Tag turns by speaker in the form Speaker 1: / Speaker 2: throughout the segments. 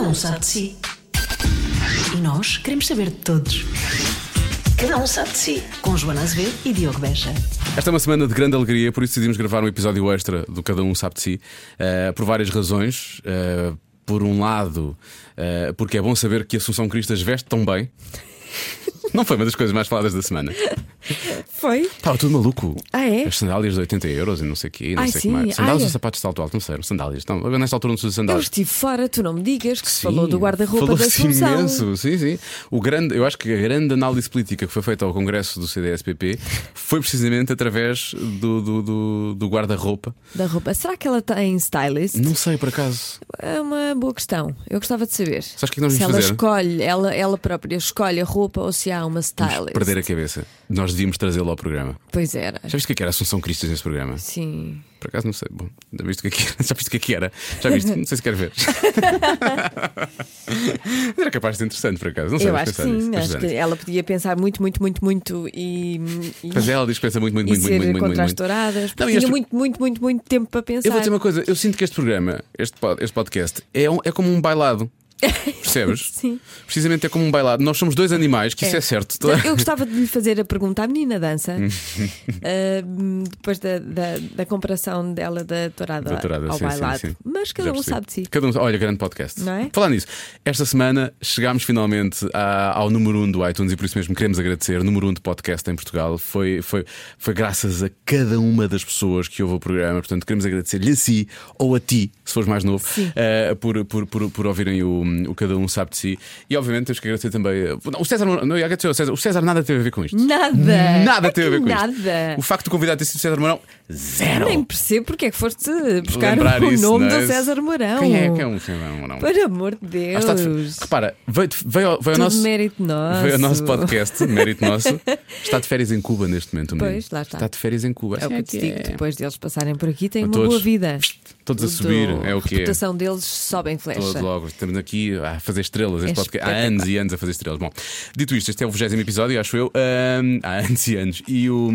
Speaker 1: um sabe de si. E nós queremos saber de todos. Cada um sabe de si. Com Joana Azevedo e Diogo Beja.
Speaker 2: Esta é uma semana de grande alegria, por isso decidimos gravar um episódio extra do Cada Um Sabe de Si, eh, por várias razões. Eh, por um lado, eh, porque é bom saber que Assunção Cristas veste tão bem. Não foi uma das coisas mais faladas da semana.
Speaker 3: Foi?
Speaker 2: Estava tudo maluco.
Speaker 3: Ah, é?
Speaker 2: As sandálias de 80 euros e não sei o quê, não
Speaker 3: Ai,
Speaker 2: sei
Speaker 3: sim.
Speaker 2: como é. Sandálias
Speaker 3: Ai,
Speaker 2: ou
Speaker 3: é.
Speaker 2: sapatos de salto alto, não sei, eram sandálias. Não, agora nesta altura não sou de
Speaker 3: Eu
Speaker 2: sandálias.
Speaker 3: estive fora, tu não me digas que se falou
Speaker 2: Sim,
Speaker 3: do guarda-roupa da
Speaker 2: falou-se
Speaker 3: Assunção.
Speaker 2: imenso, sim, sim. O grande, eu acho que a grande análise política que foi feita ao Congresso do CDSPP foi precisamente através do, do, do- do guarda-roupa.
Speaker 3: Da roupa. Será que ela tem stylist?
Speaker 2: Não sei, por acaso.
Speaker 3: É uma boa questão. Eu gostava de saber.
Speaker 2: Sabes o que é que nós
Speaker 3: se
Speaker 2: vamos
Speaker 3: ela
Speaker 2: fazer?
Speaker 3: escolhe, ela, ela própria escolhe a roupa ou se há uma stylist.
Speaker 2: Perder a cabeça. Nós devíamos trazê-lo ao programa.
Speaker 3: Pois era.
Speaker 2: Já viste o que é que era Assunção Cristas nesse programa?
Speaker 3: Sim.
Speaker 2: Por acaso não sei. Bom, já viste o que é que era? Já viste o que é que era? Já viste? Não sei se quer ver. era capaz de ser interessante, por acaso. Não sei,
Speaker 3: Eu
Speaker 2: vamos
Speaker 3: acho que
Speaker 2: pensar
Speaker 3: sim.
Speaker 2: nisso. Vamos
Speaker 3: acho
Speaker 2: pensar
Speaker 3: que
Speaker 2: nisso.
Speaker 3: ela podia pensar muito, muito, muito, muito e. e...
Speaker 2: Mas ela diz que pensa muito, é. muito,
Speaker 3: e
Speaker 2: muito, muito, muito,
Speaker 3: ser
Speaker 2: muito, muito, muito.
Speaker 3: contrastouradas,
Speaker 2: Não,
Speaker 3: porque
Speaker 2: e
Speaker 3: tinha
Speaker 2: este-
Speaker 3: muito, muito, muito, muito tempo para pensar.
Speaker 2: Eu vou dizer uma coisa, eu sinto que este programa, este, pod- este podcast, é, um- é como um bailado. Percebes?
Speaker 3: Sim.
Speaker 2: Precisamente é como um bailado. Nós somos dois animais, que isso
Speaker 3: É.
Speaker 2: é certo.
Speaker 3: Não, Eu gostava de lhe fazer a pergunta à menina dança, ahm, depois da, da, da comparação dela da tourada,
Speaker 2: Doutorada,
Speaker 3: ao
Speaker 2: sim,
Speaker 3: bailado.
Speaker 2: sim, sim.
Speaker 3: Mas
Speaker 2: Já
Speaker 3: cada um
Speaker 2: percebi.
Speaker 3: sabe de si.
Speaker 2: Cada um, olha, grande podcast.
Speaker 3: Não é?
Speaker 2: Falar nisso, esta semana chegámos finalmente à- ao número 1 um do iTunes e por isso mesmo queremos agradecer. Número 1 um de podcast em Portugal foi, foi, foi graças a cada uma das pessoas que ouve o programa. Portanto, queremos agradecer-lhe a si ou a ti, se fores mais novo, eh, por, por, por, por ouvirem o, o Cada Um Sabe de Si. E obviamente temos que agradecer também. eh, não, o César, não, não, eu ia agradecer ao César, o César nada teve a ver com isto.
Speaker 3: Nada!
Speaker 2: Nada teve a ver com
Speaker 3: nada.
Speaker 2: isto. O facto de convidado ter sido César Mourão, zero.
Speaker 3: Nem percebo porque é que foste buscar
Speaker 2: Lembrar
Speaker 3: o
Speaker 2: isso,
Speaker 3: nome
Speaker 2: não é?
Speaker 3: do César Mourão.
Speaker 2: Quem é que é um César Mourão?
Speaker 3: Por amor de
Speaker 2: Ah,
Speaker 3: Deus.
Speaker 2: está de- Repara, veio, veio, veio, ao
Speaker 3: Tudo
Speaker 2: nosso,
Speaker 3: mérito nosso.
Speaker 2: veio ao nosso podcast, mérito nosso. Está de férias em Cuba neste momento. o menino.
Speaker 3: Pois, lá está.
Speaker 2: de férias em Cuba.
Speaker 3: É o que eu te digo, depois deles passarem por aqui, têm
Speaker 2: A
Speaker 3: uma
Speaker 2: todos.
Speaker 3: boa vida.
Speaker 2: Todos a
Speaker 3: Tudo-
Speaker 2: subir, é o
Speaker 3: A
Speaker 2: que é.
Speaker 3: reputação deles sobe em flecha.
Speaker 2: Todos logo, estamos aqui a fazer estrelas. Este
Speaker 3: É
Speaker 2: podcast, há
Speaker 3: espetacular.
Speaker 2: anos e anos a fazer estrelas. Bom, dito isto, este é o 20 episódio, acho eu. hum, há anos e anos. E, o,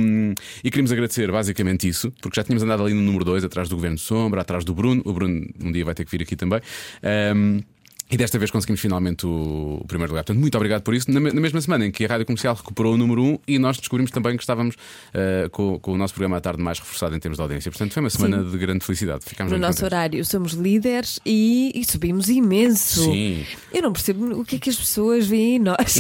Speaker 2: e queríamos agradecer basicamente isso, porque já tínhamos andado ali no número 2, atrás do Governo de Sombra, atrás do Bruno. O Bruno um dia vai ter que vir aqui também. Hum, e desta vez conseguimos finalmente o, o primeiro lugar. Portanto, muito obrigado por isso. Na, me- na mesma semana em que a Rádio Comercial recuperou o número 1 um, e nós descobrimos também que estávamos ah, com, com o nosso programa à tarde mais reforçado em termos de audiência. Portanto, foi uma semana de grande felicidade. Ficámos
Speaker 3: No
Speaker 2: muito
Speaker 3: nosso
Speaker 2: contentes.
Speaker 3: horário somos líderes e, e subimos imenso.
Speaker 2: Sim.
Speaker 3: Eu não percebo o que é que as pessoas veem em nós.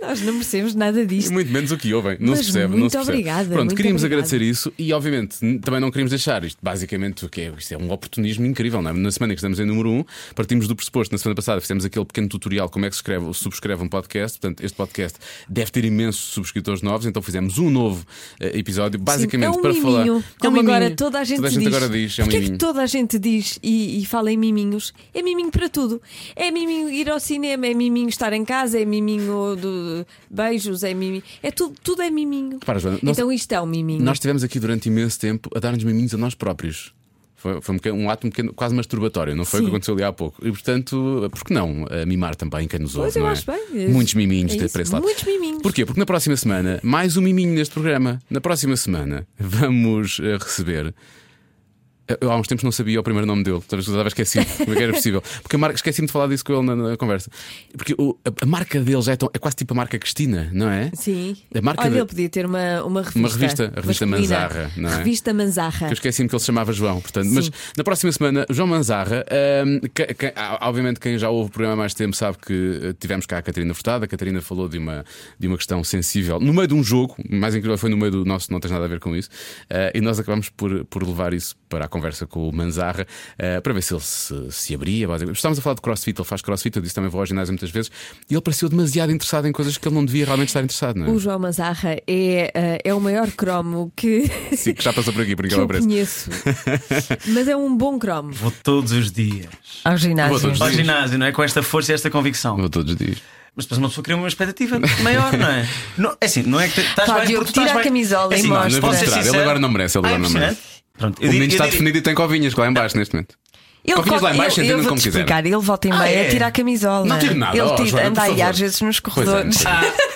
Speaker 3: nós não percebemos nada
Speaker 2: E
Speaker 3: disto.
Speaker 2: muito menos o que ouvem, não
Speaker 3: Mas
Speaker 2: se percebe. não
Speaker 3: muito
Speaker 2: se percebe.
Speaker 3: obrigada,
Speaker 2: Pronto,
Speaker 3: muito
Speaker 2: queríamos
Speaker 3: obrigada.
Speaker 2: agradecer isso e, obviamente, n- também não queríamos deixar isto. Basicamente, o que é? Isto é um oportunismo incrível, não é? Na semana em que estamos em número 1, um, partimos do pressuposto. Na semana passada fizemos aquele pequeno tutorial como é que se escreve, se subscreve um podcast. Portanto, este podcast deve ter imensos subscritores novos, então fizemos um novo eh, episódio, basicamente
Speaker 3: Sim, é um
Speaker 2: para falar.
Speaker 3: miminho,
Speaker 2: É um
Speaker 3: Como agora
Speaker 2: miminho.
Speaker 3: toda a gente, diz.
Speaker 2: agora diz, é um
Speaker 3: Porquê é
Speaker 2: miminho.
Speaker 3: que toda a gente diz e, e fala em miminhos? É miminho para tudo. É miminho ir ao cinema, é miminho estar em casa, é miminho de beijos, é miminho. É tudo, tudo é miminho.
Speaker 2: Repara, Joana, nós-
Speaker 3: então isto é um miminho.
Speaker 2: Nós estivemos aqui durante imenso tempo a dar-nos miminhos a nós próprios. Foi, foi um, pequeno- um ato um pequeno- quase masturbatório, não foi o
Speaker 3: Sim.
Speaker 2: que aconteceu ali há pouco. E portanto, por que não eh, mimar também quem nos ouve?
Speaker 3: eu
Speaker 2: não é?
Speaker 3: acho bem.
Speaker 2: Muitos miminhos
Speaker 3: É
Speaker 2: de-
Speaker 3: isso,
Speaker 2: para esse lado.
Speaker 3: muitos miminhos.
Speaker 2: Porquê? Porque na próxima semana, mais um miminho neste programa. Na próxima semana, vamos eh, receber. eh, Eu há uns tempos não sabia o primeiro nome dele, talvez estava esquecido, como é que era possível. Porque a marca, esqueci-me de falar disso com ele na, na conversa. Porque o- a, a marca dele já é, tão- é quase tipo a marca Cristina, não é?
Speaker 3: Sim.
Speaker 2: A marca
Speaker 3: Olha,
Speaker 2: de-
Speaker 3: ele podia ter uma, uma revista.
Speaker 2: Uma revista, a revista
Speaker 3: masculina.
Speaker 2: Manzarra, não é?
Speaker 3: Revista Manzarra.
Speaker 2: Que eu esqueci-me que ele se chamava João, portanto. Mas
Speaker 3: Sim.
Speaker 2: na próxima semana, João Manzarra, hum, que- que- ah, obviamente quem já ouve o programa há mais tempo sabe que eh, tivemos cá a Catarina Furtado. A Catarina falou de uma, de uma questão sensível no meio de um jogo, o mais incrível foi no meio do nosso, não tens nada a ver com isso. eh, e nós acabamos por, por levar isso para a conversa com o Manzarra eh, para ver se ele se, se abria. basicamente. Estávamos a falar de crossfit, ele faz crossfit, eu disse também vou ao ginásio muitas vezes. E ele pareceu demasiado interessado em coisas que ele não devia realmente estar interessado, não é?
Speaker 3: O João Manzarra é, eh, é o maior cromo que,
Speaker 2: Sim, que já passou por aqui, por
Speaker 3: que
Speaker 2: incrível
Speaker 3: eu
Speaker 2: preço.
Speaker 3: conheço. Mas é um bom cromo.
Speaker 4: Vou todos os dias.
Speaker 3: Ao
Speaker 2: Vou
Speaker 3: ginásio.
Speaker 2: todos
Speaker 4: Ao
Speaker 2: Sim.
Speaker 4: ginásio, não é? Com esta força e esta convicção.
Speaker 2: Vou todos os dias.
Speaker 4: Mas depois uma pessoa cria uma expectativa maior, não é? Não, é assim, não é que te- estás
Speaker 3: Pá,
Speaker 4: bem.
Speaker 3: Diogo,
Speaker 4: porque estás
Speaker 3: tira a
Speaker 4: bem.
Speaker 3: camisola
Speaker 4: é
Speaker 3: e
Speaker 4: assim,
Speaker 3: mostra.
Speaker 4: posso ser
Speaker 2: Mostrar, ele
Speaker 4: sincero?
Speaker 2: agora não merece, ele
Speaker 4: Ah,
Speaker 2: agora é não
Speaker 4: impressionante. Pronto,
Speaker 2: O
Speaker 4: eu
Speaker 2: menino
Speaker 4: diria-
Speaker 2: está
Speaker 4: eu diria-
Speaker 2: definido e tem covinhas lá em baixo neste momento.
Speaker 5: Ele
Speaker 2: Covinhas lá em baixo,
Speaker 5: eu, eu
Speaker 2: entendam
Speaker 5: vou
Speaker 2: como
Speaker 5: te
Speaker 2: quiser.
Speaker 5: explicar, ele volta em
Speaker 4: Ah,
Speaker 5: meia
Speaker 4: é?
Speaker 5: a tirar a camisola.
Speaker 2: Não tiro nada,
Speaker 5: Ele
Speaker 2: ó,
Speaker 5: tira,
Speaker 2: Joana, por
Speaker 5: anda aí
Speaker 2: favor.
Speaker 5: às vezes nos
Speaker 2: Pois é,
Speaker 5: corredores.
Speaker 2: pois é.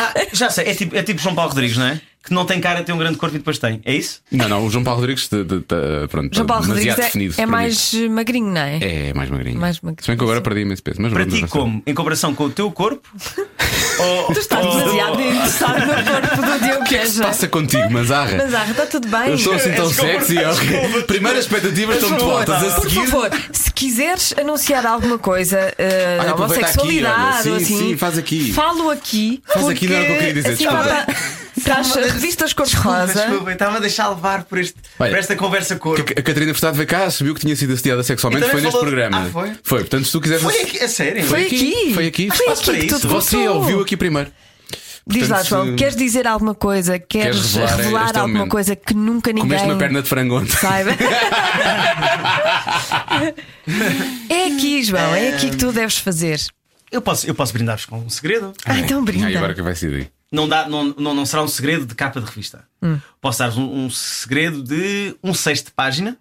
Speaker 4: Ah, já sei, é tipo, é tipo João Paulo Rodrigues, não é? Que não tem cara, tem um grande corpo e depois tem. É isso?
Speaker 2: Não, não, o João Paulo Rodrigues de, de, de, pronto,
Speaker 6: João Paulo
Speaker 2: É
Speaker 6: Rodrigues
Speaker 2: demasiado
Speaker 6: é,
Speaker 2: definido
Speaker 6: é
Speaker 2: para mim.
Speaker 6: mais eh, magrinho, não é?
Speaker 2: É, mais magrinho.
Speaker 6: Mais magrinho,
Speaker 2: Se bem que agora
Speaker 6: sim.
Speaker 2: perdi imenso peso. Mas
Speaker 4: Para
Speaker 2: vamos
Speaker 4: ti,
Speaker 2: avançar.
Speaker 4: como? Em comparação com o teu corpo? ou,
Speaker 6: Tu estás
Speaker 4: ou-
Speaker 6: demasiado interessado no corpo do Diogo
Speaker 2: Oh. O que é que se
Speaker 6: Beja.
Speaker 2: passa contigo, Mazarra?
Speaker 6: Mas ah, está tudo bem.
Speaker 2: Eu estou assim tão
Speaker 4: Desculpa,
Speaker 2: sexy.
Speaker 4: desculpa.
Speaker 2: ok. Primeiras expectativas estão muito
Speaker 6: Por
Speaker 2: altas. A
Speaker 6: favor, por
Speaker 2: seguir.
Speaker 6: favor, se quiseres anunciar alguma coisa, eh,
Speaker 2: Olha, aproveita
Speaker 6: homossexualidade
Speaker 2: aqui, olha.
Speaker 6: ou
Speaker 2: Sim,
Speaker 6: assim,
Speaker 2: sim, faz aqui.
Speaker 6: Falo aqui.
Speaker 2: Faz aqui, não era o que eu
Speaker 6: porque,
Speaker 2: queria dizer,
Speaker 6: Assim,
Speaker 2: desculpa.
Speaker 6: para, para as revistas cor-de-rosa.
Speaker 4: Desculpa, eu estava a deixar levar por, este,
Speaker 2: Olha,
Speaker 4: por esta conversa
Speaker 2: Que
Speaker 4: corpo.
Speaker 2: A Catarina Furtado veio cá, subiu que tinha sido assediada sexualmente.
Speaker 4: E
Speaker 2: Foi
Speaker 4: também
Speaker 2: neste
Speaker 4: falou-
Speaker 2: programa.
Speaker 4: Ah, foi?
Speaker 2: Portanto, se tu quiseres.
Speaker 4: Foi aqui, a sério?
Speaker 6: Foi aqui.
Speaker 2: Foi aqui.
Speaker 6: Foi
Speaker 4: Espaço para
Speaker 6: aqui que
Speaker 4: isso.
Speaker 6: tudo
Speaker 2: Você
Speaker 6: começou.
Speaker 2: ouviu aqui primeiro.
Speaker 6: Diz lá,
Speaker 2: Portanto,
Speaker 6: João,
Speaker 2: se-
Speaker 6: queres dizer alguma coisa? Queres,
Speaker 2: Queres revelar,
Speaker 6: revelar,
Speaker 2: este é o
Speaker 6: alguma
Speaker 2: momento.
Speaker 6: coisa que nunca ninguém
Speaker 2: Comeste uma perna de frango ontem.
Speaker 6: saiba? é aqui, João, é aqui que tu deves fazer.
Speaker 4: Eu posso, eu posso brindar-vos com um segredo?
Speaker 6: Ah, então brinda.
Speaker 2: Ah, e agora que vai ser daí?
Speaker 4: Não, dá, não, não, não será um segredo de capa de revista. Posso dar-vos um, um segredo de um sexto de página.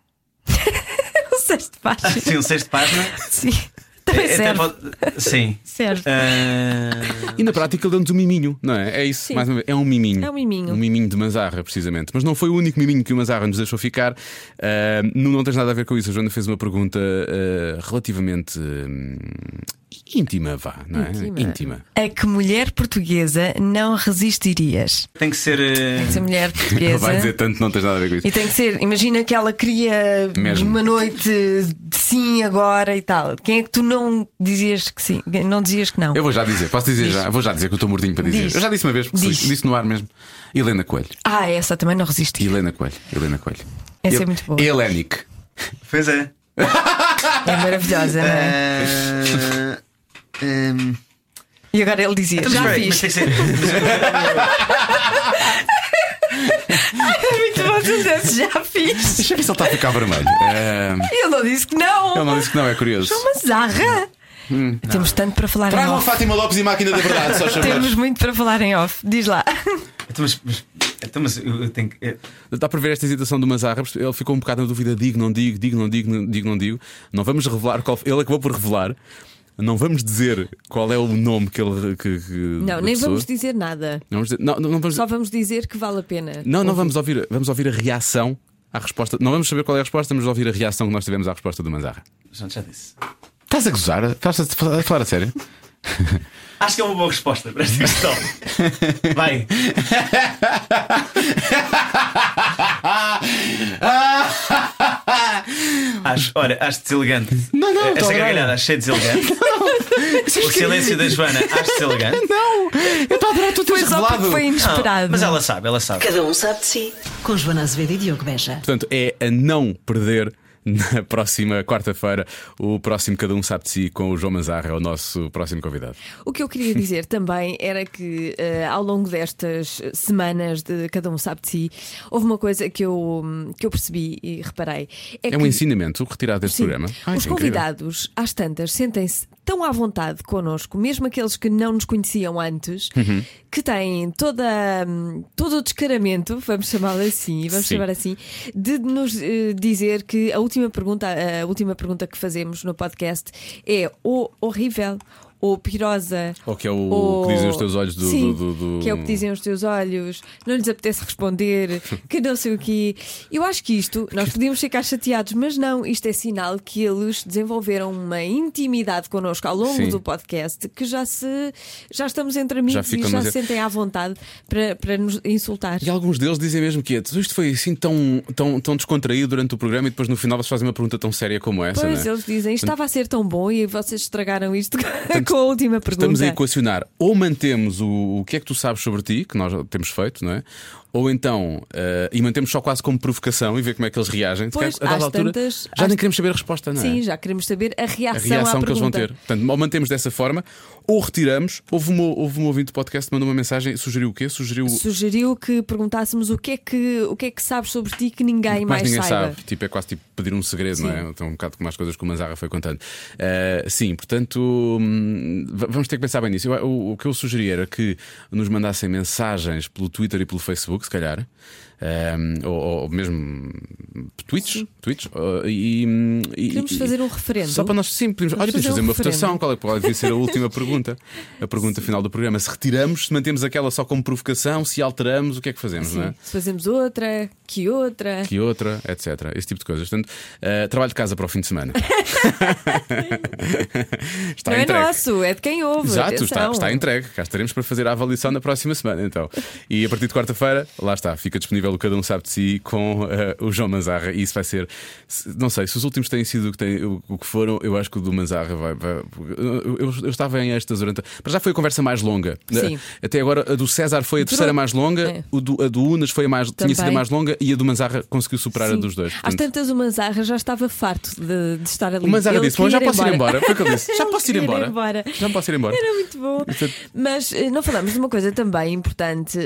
Speaker 6: O sexto baixo.
Speaker 4: Sim, um sexto de página.
Speaker 2: É,
Speaker 4: É,
Speaker 6: Sim. Também
Speaker 4: Até
Speaker 6: serve.
Speaker 4: pode- Sim.
Speaker 6: Serve.
Speaker 4: Ah,
Speaker 2: E na prática ele deu-nos um miminho, não é? É isso,
Speaker 6: Sim.
Speaker 2: mais uma vez. É um miminho.
Speaker 6: É um miminho.
Speaker 2: Um miminho de Mazarra, precisamente. Mas não foi o único miminho que o Mazarra nos deixou ficar. Ah, não, não tens nada a ver com isso. A Joana fez uma pergunta ah, relativamente hum, íntima, vá, não é?
Speaker 6: Íntima.
Speaker 2: íntima.
Speaker 6: A que mulher portuguesa não resistirias?
Speaker 4: tem que ser. ah,
Speaker 6: Essa mulher
Speaker 2: Ele vai
Speaker 6: portuguesa.
Speaker 2: dizer tanto, não tens nada a ver com isso.
Speaker 6: E tem que ser, imagina que ela queria
Speaker 2: Mesmo.
Speaker 6: uma noite de sim agora e tal. Quem é que tu não dizias que sim? Não dizias que não?
Speaker 2: Eu vou já dizer, posso dizer já, vou já dizer que eu estou mordinho para dizer.
Speaker 6: Diz.
Speaker 2: Eu já disse uma vez, porque
Speaker 6: Diz.
Speaker 2: disse, disse no ar mesmo. Helena Coelho.
Speaker 6: Ah, essa também não resisti.
Speaker 2: Helena Coelho. Helena Coelho.
Speaker 6: Essa é
Speaker 2: Hel-
Speaker 6: muito boa.
Speaker 2: Helenic.
Speaker 4: Pois é.
Speaker 6: É maravilhosa, não é?
Speaker 4: Ah, ah,
Speaker 6: E agora ele
Speaker 3: Então
Speaker 6: dizia: Já
Speaker 4: espera aí, Mas
Speaker 6: fiz.
Speaker 4: tem que ser.
Speaker 6: É muito bom tu dizes, já fiz.
Speaker 2: Deixa eu ver se ele está a ficar vermelho. Ah,
Speaker 6: Ele não disse que não.
Speaker 2: ele não disse Hum. que não, é curioso.
Speaker 6: Uma zarra. Temos tanto para falar em
Speaker 2: Tragam
Speaker 6: off.
Speaker 2: Fátima Lopes e Máquina da Verdade, só
Speaker 6: Temos muito para falar em off. Diz lá.
Speaker 4: Então, mas, mas, então, mas eu eu tenho que. eh,
Speaker 2: Dá para ver esta hesitação do Mazarra, porque ele ficou um bocado na dúvida: digo, não digo, digo, não digo, não digo, não digo. Não vamos revelar qual. Ele acabou por revelar. Não vamos dizer qual é o nome que ele. Que, que- da
Speaker 3: Não, nem
Speaker 2: pessoa.
Speaker 3: vamos dizer nada.
Speaker 2: Não vamos dizer. Não, não, não vamos,
Speaker 3: Só vamos dizer que vale a pena.
Speaker 2: não, não vamos ouvir. Vamos ouvir a reação à resposta. Não vamos saber qual é a resposta, mas ouvir a reação que nós tivemos à resposta do Mazarra.
Speaker 4: Já já disse.
Speaker 2: Estás a gozar? Estás a falar a sério?
Speaker 4: Acho que é uma boa resposta para esta questão. Vai. Acho, olha, acho deselegante.
Speaker 2: Não, não, tô
Speaker 4: Esta
Speaker 2: a adorar.
Speaker 4: gargalhada achei deselegante. O silêncio da Joana, acho deselegante.
Speaker 2: Não! Eu estou a adorar, tu Ah,
Speaker 6: Foi só porque foi
Speaker 4: Não,
Speaker 6: inesperado.
Speaker 4: mas ela sabe, ela sabe.
Speaker 1: Cada um sabe de si. Com Joana Azevedo e Diogo Beja.
Speaker 2: Portanto, é a não perder na próxima quarta-feira o próximo Cada Um Sabe de Si com o João Manzarra, é o nosso próximo convidado.
Speaker 3: O que eu queria dizer também era que eh, ao longo destas semanas de Cada Um Sabe de Si, houve uma coisa que eu, hum, que eu percebi e reparei. É,
Speaker 2: É,
Speaker 3: que
Speaker 2: um ensinamento retirado deste
Speaker 3: Sim.
Speaker 2: programa. Ai,
Speaker 3: Os
Speaker 2: isso é incrível.
Speaker 3: convidados, às tantas, sentem-se tão à vontade connosco, mesmo aqueles que não nos conheciam antes,
Speaker 2: Uhum.
Speaker 3: que têm toda, hum, todo o descaramento, vamos chamá-lo assim, vamos
Speaker 2: Sim.
Speaker 3: chamar assim, de nos eh, dizer que a última pergunta, a última pergunta que fazemos no podcast é ou horrível. Ou pirosa.
Speaker 2: Ou que é o que dizem os teus olhos do- do-
Speaker 3: Sim,
Speaker 2: do- do-
Speaker 3: Que é o que dizem os teus olhos, não lhes apetece responder, que não sei o quê. Eu acho que isto, nós podíamos ficar chateados, mas não, isto é sinal que eles desenvolveram uma intimidade connosco ao longo
Speaker 2: Sim.
Speaker 3: do podcast que já se já estamos entre amigos
Speaker 2: ficam
Speaker 3: e já
Speaker 2: nas-
Speaker 3: se sentem à vontade para, para nos insultar.
Speaker 2: E alguns deles dizem mesmo que é, "Tudo isto foi assim tão, tão, tão descontraído durante o programa e depois no final vocês fazem uma pergunta tão séria como essa.
Speaker 3: Pois
Speaker 2: não é?
Speaker 3: eles dizem, estava a ser tão bom e vocês estragaram isto com a última pergunta.
Speaker 2: Estamos a equacionar ou mantemos o, o que é que tu sabes sobre ti, que nós temos feito, não é? Ou então, eh, e mantemos só quase como provocação e ver como é que eles reagem. Se
Speaker 3: Pois,
Speaker 2: calhar, a dada
Speaker 3: às
Speaker 2: altura,
Speaker 3: tantas-
Speaker 2: já
Speaker 3: às-
Speaker 2: nem queremos saber a resposta, não é?
Speaker 3: Sim, já queremos saber a
Speaker 2: a
Speaker 3: reação,
Speaker 2: reação
Speaker 3: à pergunta.
Speaker 2: que eles vão ter. Portanto, ou mantemos dessa forma, ou retiramos. Houve, uma, houve um ouvinte do podcast que mandou uma mensagem, sugeriu o quê? Sugeriu
Speaker 3: sugeriu que perguntássemos o que é que, o que, é que sabes sobre ti que ninguém mais,
Speaker 2: mais ninguém
Speaker 3: saiba.
Speaker 2: sabe. Tipo, é quase tipo pedir um segredo, não é? Então, um bocado como as coisas que o Manzarra foi contando. Uh, sim, portanto, hum, v- vamos ter que pensar bem nisso. Eu- o, o que eu sugeri era que nos mandassem mensagens pelo Twitter e pelo Facebook, se calhar. um, ou, ou, mesmo tweets, tweets uh, e, e,
Speaker 3: Queremos
Speaker 2: e-
Speaker 3: fazer um referendo.
Speaker 2: Só para nós sim, podemos, olha, podemos
Speaker 3: fazer um
Speaker 2: fazer uma
Speaker 3: referendo.
Speaker 2: votação, qual é qual devia ser a última pergunta? A pergunta final do programa, se retiramos, se mantemos aquela só como provocação, se alteramos, o que é que fazemos, não é?
Speaker 3: Se fazemos outra, que outra.
Speaker 2: que outra, etc. Esse tipo de coisas. Portanto, eh, trabalho de casa para o fim de semana. está
Speaker 3: Não é
Speaker 2: entregue.
Speaker 3: nosso, é de quem ouve.
Speaker 2: Exato, está,
Speaker 3: atenção.
Speaker 2: está entregue. Cá estaremos para fazer a avaliação na próxima semana, então. E a partir de quarta-feira, lá está, fica disponível o Cada Um Sabe de Si com eh, o João Manzarra. E isso vai ser, se- não sei, se os últimos têm sido o que, têm- o, o que foram, eu acho que o do Manzarra vai. vai- eu, eu- eu estava em estas durante. Mas já foi a conversa mais longa. né?
Speaker 3: Sim.
Speaker 2: Até agora, a do César foi a terceira mais longa,
Speaker 3: É.
Speaker 2: o do- a do Unas foi a mais, tinha
Speaker 3: Também.
Speaker 2: sido a mais longa e a do Manzarra conseguiu superar a
Speaker 3: Sim.
Speaker 2: dos dois.
Speaker 3: Às
Speaker 2: Portanto,
Speaker 3: tantas, o Manzarra já estava farto de, de estar ali.
Speaker 2: o Manzarra
Speaker 3: Ele
Speaker 2: disse: Bom, já
Speaker 3: queria
Speaker 2: posso ir embora. Foi o que ele disse: Já
Speaker 3: Ele
Speaker 2: posso ir
Speaker 3: queria
Speaker 2: embora. Já posso ir embora.
Speaker 3: Era muito bom.
Speaker 2: é-
Speaker 3: Mas eh, não falamos de uma coisa também importante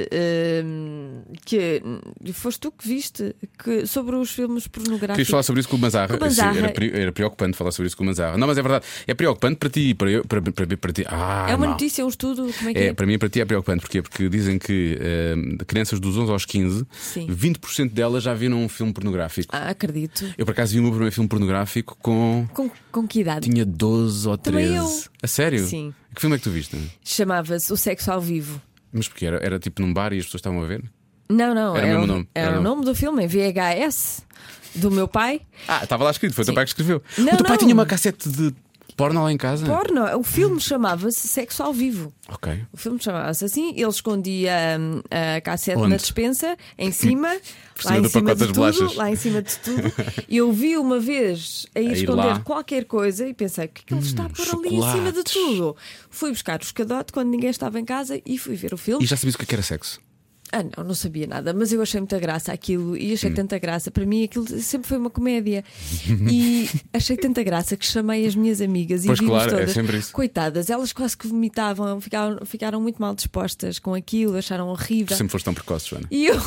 Speaker 3: hum, que hum, foste tu que viste que, sobre os filmes
Speaker 2: Querias
Speaker 3: pornográficos.
Speaker 2: falar sobre isso com o Manzarra?
Speaker 3: O Manzarra. é.
Speaker 2: Sim, era, pre- era preocupante falar sobre isso com o Manzarra. Não, mas é verdade. É preocupante para ti, e para eu, para, para, para ti. Ah,
Speaker 3: É uma
Speaker 2: mal.
Speaker 3: notícia, um estudo, como é que é?
Speaker 2: É, para mim e para ti é preocupante. Porquê? Porque dizem que eh, de crianças dos 11 aos 15,
Speaker 3: Sim.
Speaker 2: 20% delas já viram um filme pornográfico.
Speaker 3: Ah, acredito.
Speaker 2: Eu, por acaso, vi o meu primeiro filme pornográfico com.
Speaker 3: Com, com que idade?
Speaker 2: Tinha 12 ou
Speaker 3: Também
Speaker 2: 13.
Speaker 3: eu.
Speaker 2: A sério?
Speaker 3: Sim.
Speaker 2: Que filme é que tu viste?
Speaker 3: Chamava-se O Sexo ao Vivo.
Speaker 2: Mas porque era, era tipo num bar e as pessoas estavam a ver?
Speaker 3: Não, não,
Speaker 2: Era o mesmo
Speaker 3: o-
Speaker 2: nome.
Speaker 3: era
Speaker 2: Era
Speaker 3: o
Speaker 2: o
Speaker 3: nome do filme, em VHS, do meu pai.
Speaker 2: Ah, estava lá escrito, foi o teu pai que escreveu.
Speaker 3: Não,
Speaker 2: o teu pai
Speaker 3: não.
Speaker 2: tinha uma cassete de porno lá em casa?
Speaker 3: Porno, o filme chamava-se Sexo ao Vivo.
Speaker 2: Ok.
Speaker 3: O filme chamava-se assim, ele escondia hum, a cassete
Speaker 2: Onde?
Speaker 3: na despensa, em cima, lá
Speaker 2: cima
Speaker 3: em
Speaker 2: do
Speaker 3: cima
Speaker 2: pacote
Speaker 3: de
Speaker 2: das
Speaker 3: tudo,
Speaker 2: bolachas.
Speaker 3: lá em cima de tudo. E eu vi uma vez a
Speaker 2: ir
Speaker 3: esconder
Speaker 2: lá. Hum,
Speaker 3: qualquer coisa e pensei, o que é que ele está a pôr ali em cima de
Speaker 2: chocolates.
Speaker 3: tudo? Fui buscar o escadote quando ninguém estava em casa e fui ver o filme.
Speaker 2: E já sabias o que é que era sexo?
Speaker 3: Ah, não, não sabia nada, mas eu achei muita graça aquilo e
Speaker 2: Hum.
Speaker 3: achei tanta graça. Para mim, aquilo sempre foi uma comédia. E achei tanta graça que chamei as minhas amigas
Speaker 2: Pois
Speaker 3: e vimos
Speaker 2: claro, é
Speaker 3: todas.
Speaker 2: sempre isso.
Speaker 3: Coitadas, elas quase que vomitavam, ficaram, ficaram muito mal dispostas com aquilo, acharam horrível.
Speaker 2: Sempre foste tão precoce, Joana.
Speaker 3: E eu.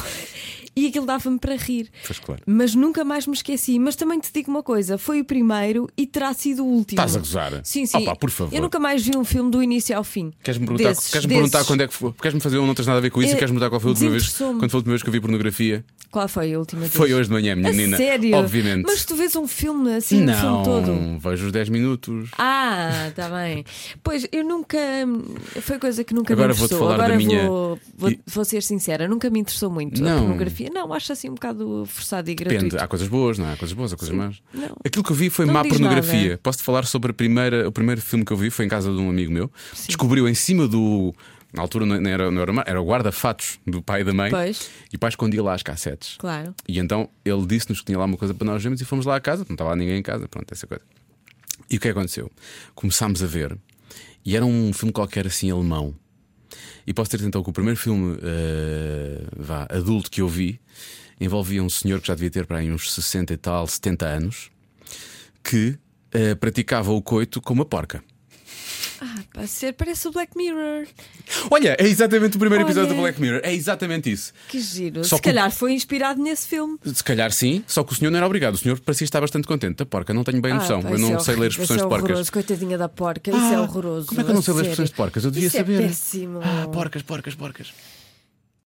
Speaker 3: E aquilo dava-me para rir.
Speaker 2: Pois claro.
Speaker 3: Mas nunca mais me esqueci. Mas também te digo uma coisa: foi o primeiro e terá sido o último.
Speaker 2: Estás a gozar?
Speaker 3: Sim, sim.
Speaker 2: Opa, por favor.
Speaker 3: Eu nunca mais vi um filme do início ao fim.
Speaker 2: Queres-me perguntar,
Speaker 3: Desses-
Speaker 2: queres perguntar
Speaker 3: desses.
Speaker 2: quando é que foi? Queres-me fazer um não tens nada a ver com isso
Speaker 3: Eh,
Speaker 2: e queres-me perguntar qual foi a última vez?
Speaker 3: desinteressou-me.
Speaker 2: Quando foi a última vez que eu vi pornografia?
Speaker 3: Qual foi a última vez?
Speaker 2: Foi hoje de manhã, minha
Speaker 3: A
Speaker 2: menina.
Speaker 3: Sério?
Speaker 2: Obviamente.
Speaker 3: Mas tu vês um filme assim, um
Speaker 2: não,
Speaker 3: filme todo.
Speaker 2: vejo os 10 minutos.
Speaker 3: Ah, está bem. Pois eu nunca. hum, Foi coisa que nunca
Speaker 2: Agora
Speaker 3: me
Speaker 2: vou-te
Speaker 3: interessou.
Speaker 2: falar da
Speaker 3: Agora
Speaker 2: minha-
Speaker 3: vou, vou,
Speaker 2: E-
Speaker 3: vou ser sincera, nunca me interessou muito a
Speaker 2: Não.
Speaker 3: pornografia. Não, acho assim um bocado forçado e
Speaker 2: Depende,
Speaker 3: gratuito.
Speaker 2: há coisas boas, não é? há Há coisas boas, há coisas más.
Speaker 3: não.
Speaker 2: Aquilo que eu vi foi
Speaker 3: Não
Speaker 2: má
Speaker 3: diz
Speaker 2: pornografia.
Speaker 3: nada.
Speaker 2: Posso-te falar sobre a primeira, o primeiro filme que eu vi foi em casa de um amigo meu. Descobriu em cima do. Na altura não era, não era, mar- era o guarda-fatos do pai e da mãe.
Speaker 3: Pois.
Speaker 2: E o pai escondia lá as cassetes.
Speaker 3: Claro.
Speaker 2: E então ele disse-nos que tinha lá uma coisa para nós vermos e fomos lá à casa. Não estava lá ninguém em casa, pronto, essa coisa. E o que aconteceu? Começámos a ver, e era um filme qualquer assim alemão. E posso dizer então que o primeiro filme eh, vá, adulto que eu vi envolvia um senhor que já devia ter para aí uns 60 e tal, 70 anos, que eh, praticava o coito com uma porca.
Speaker 3: Ah, pá, ser, parece o Black Mirror.
Speaker 2: Olha, é exatamente o primeiro episódio
Speaker 3: Olha.
Speaker 2: do Black Mirror, é exatamente isso.
Speaker 3: Que giro.
Speaker 2: Só
Speaker 3: Se
Speaker 2: que-
Speaker 3: calhar foi inspirado nesse filme.
Speaker 2: Se calhar sim, só que o senhor não era obrigado. O senhor parecia estar bastante contente. A porca, não tenho bem noção.
Speaker 3: pá,
Speaker 2: eu
Speaker 3: isso
Speaker 2: não
Speaker 3: é
Speaker 2: sei ler
Speaker 3: horrível,
Speaker 2: expressões
Speaker 3: isso
Speaker 2: de
Speaker 3: é
Speaker 2: porcas.
Speaker 3: horroroso, coitadinha da porca. isso é
Speaker 2: Ah,
Speaker 3: horroroso.
Speaker 2: Como é que eu não
Speaker 3: a
Speaker 2: sei ler expressões
Speaker 3: sério.
Speaker 2: de Ah, porcas? Eu devia
Speaker 3: Isso é
Speaker 2: saber.
Speaker 3: péssimo.
Speaker 2: Ah, porcas, porcas, porcas.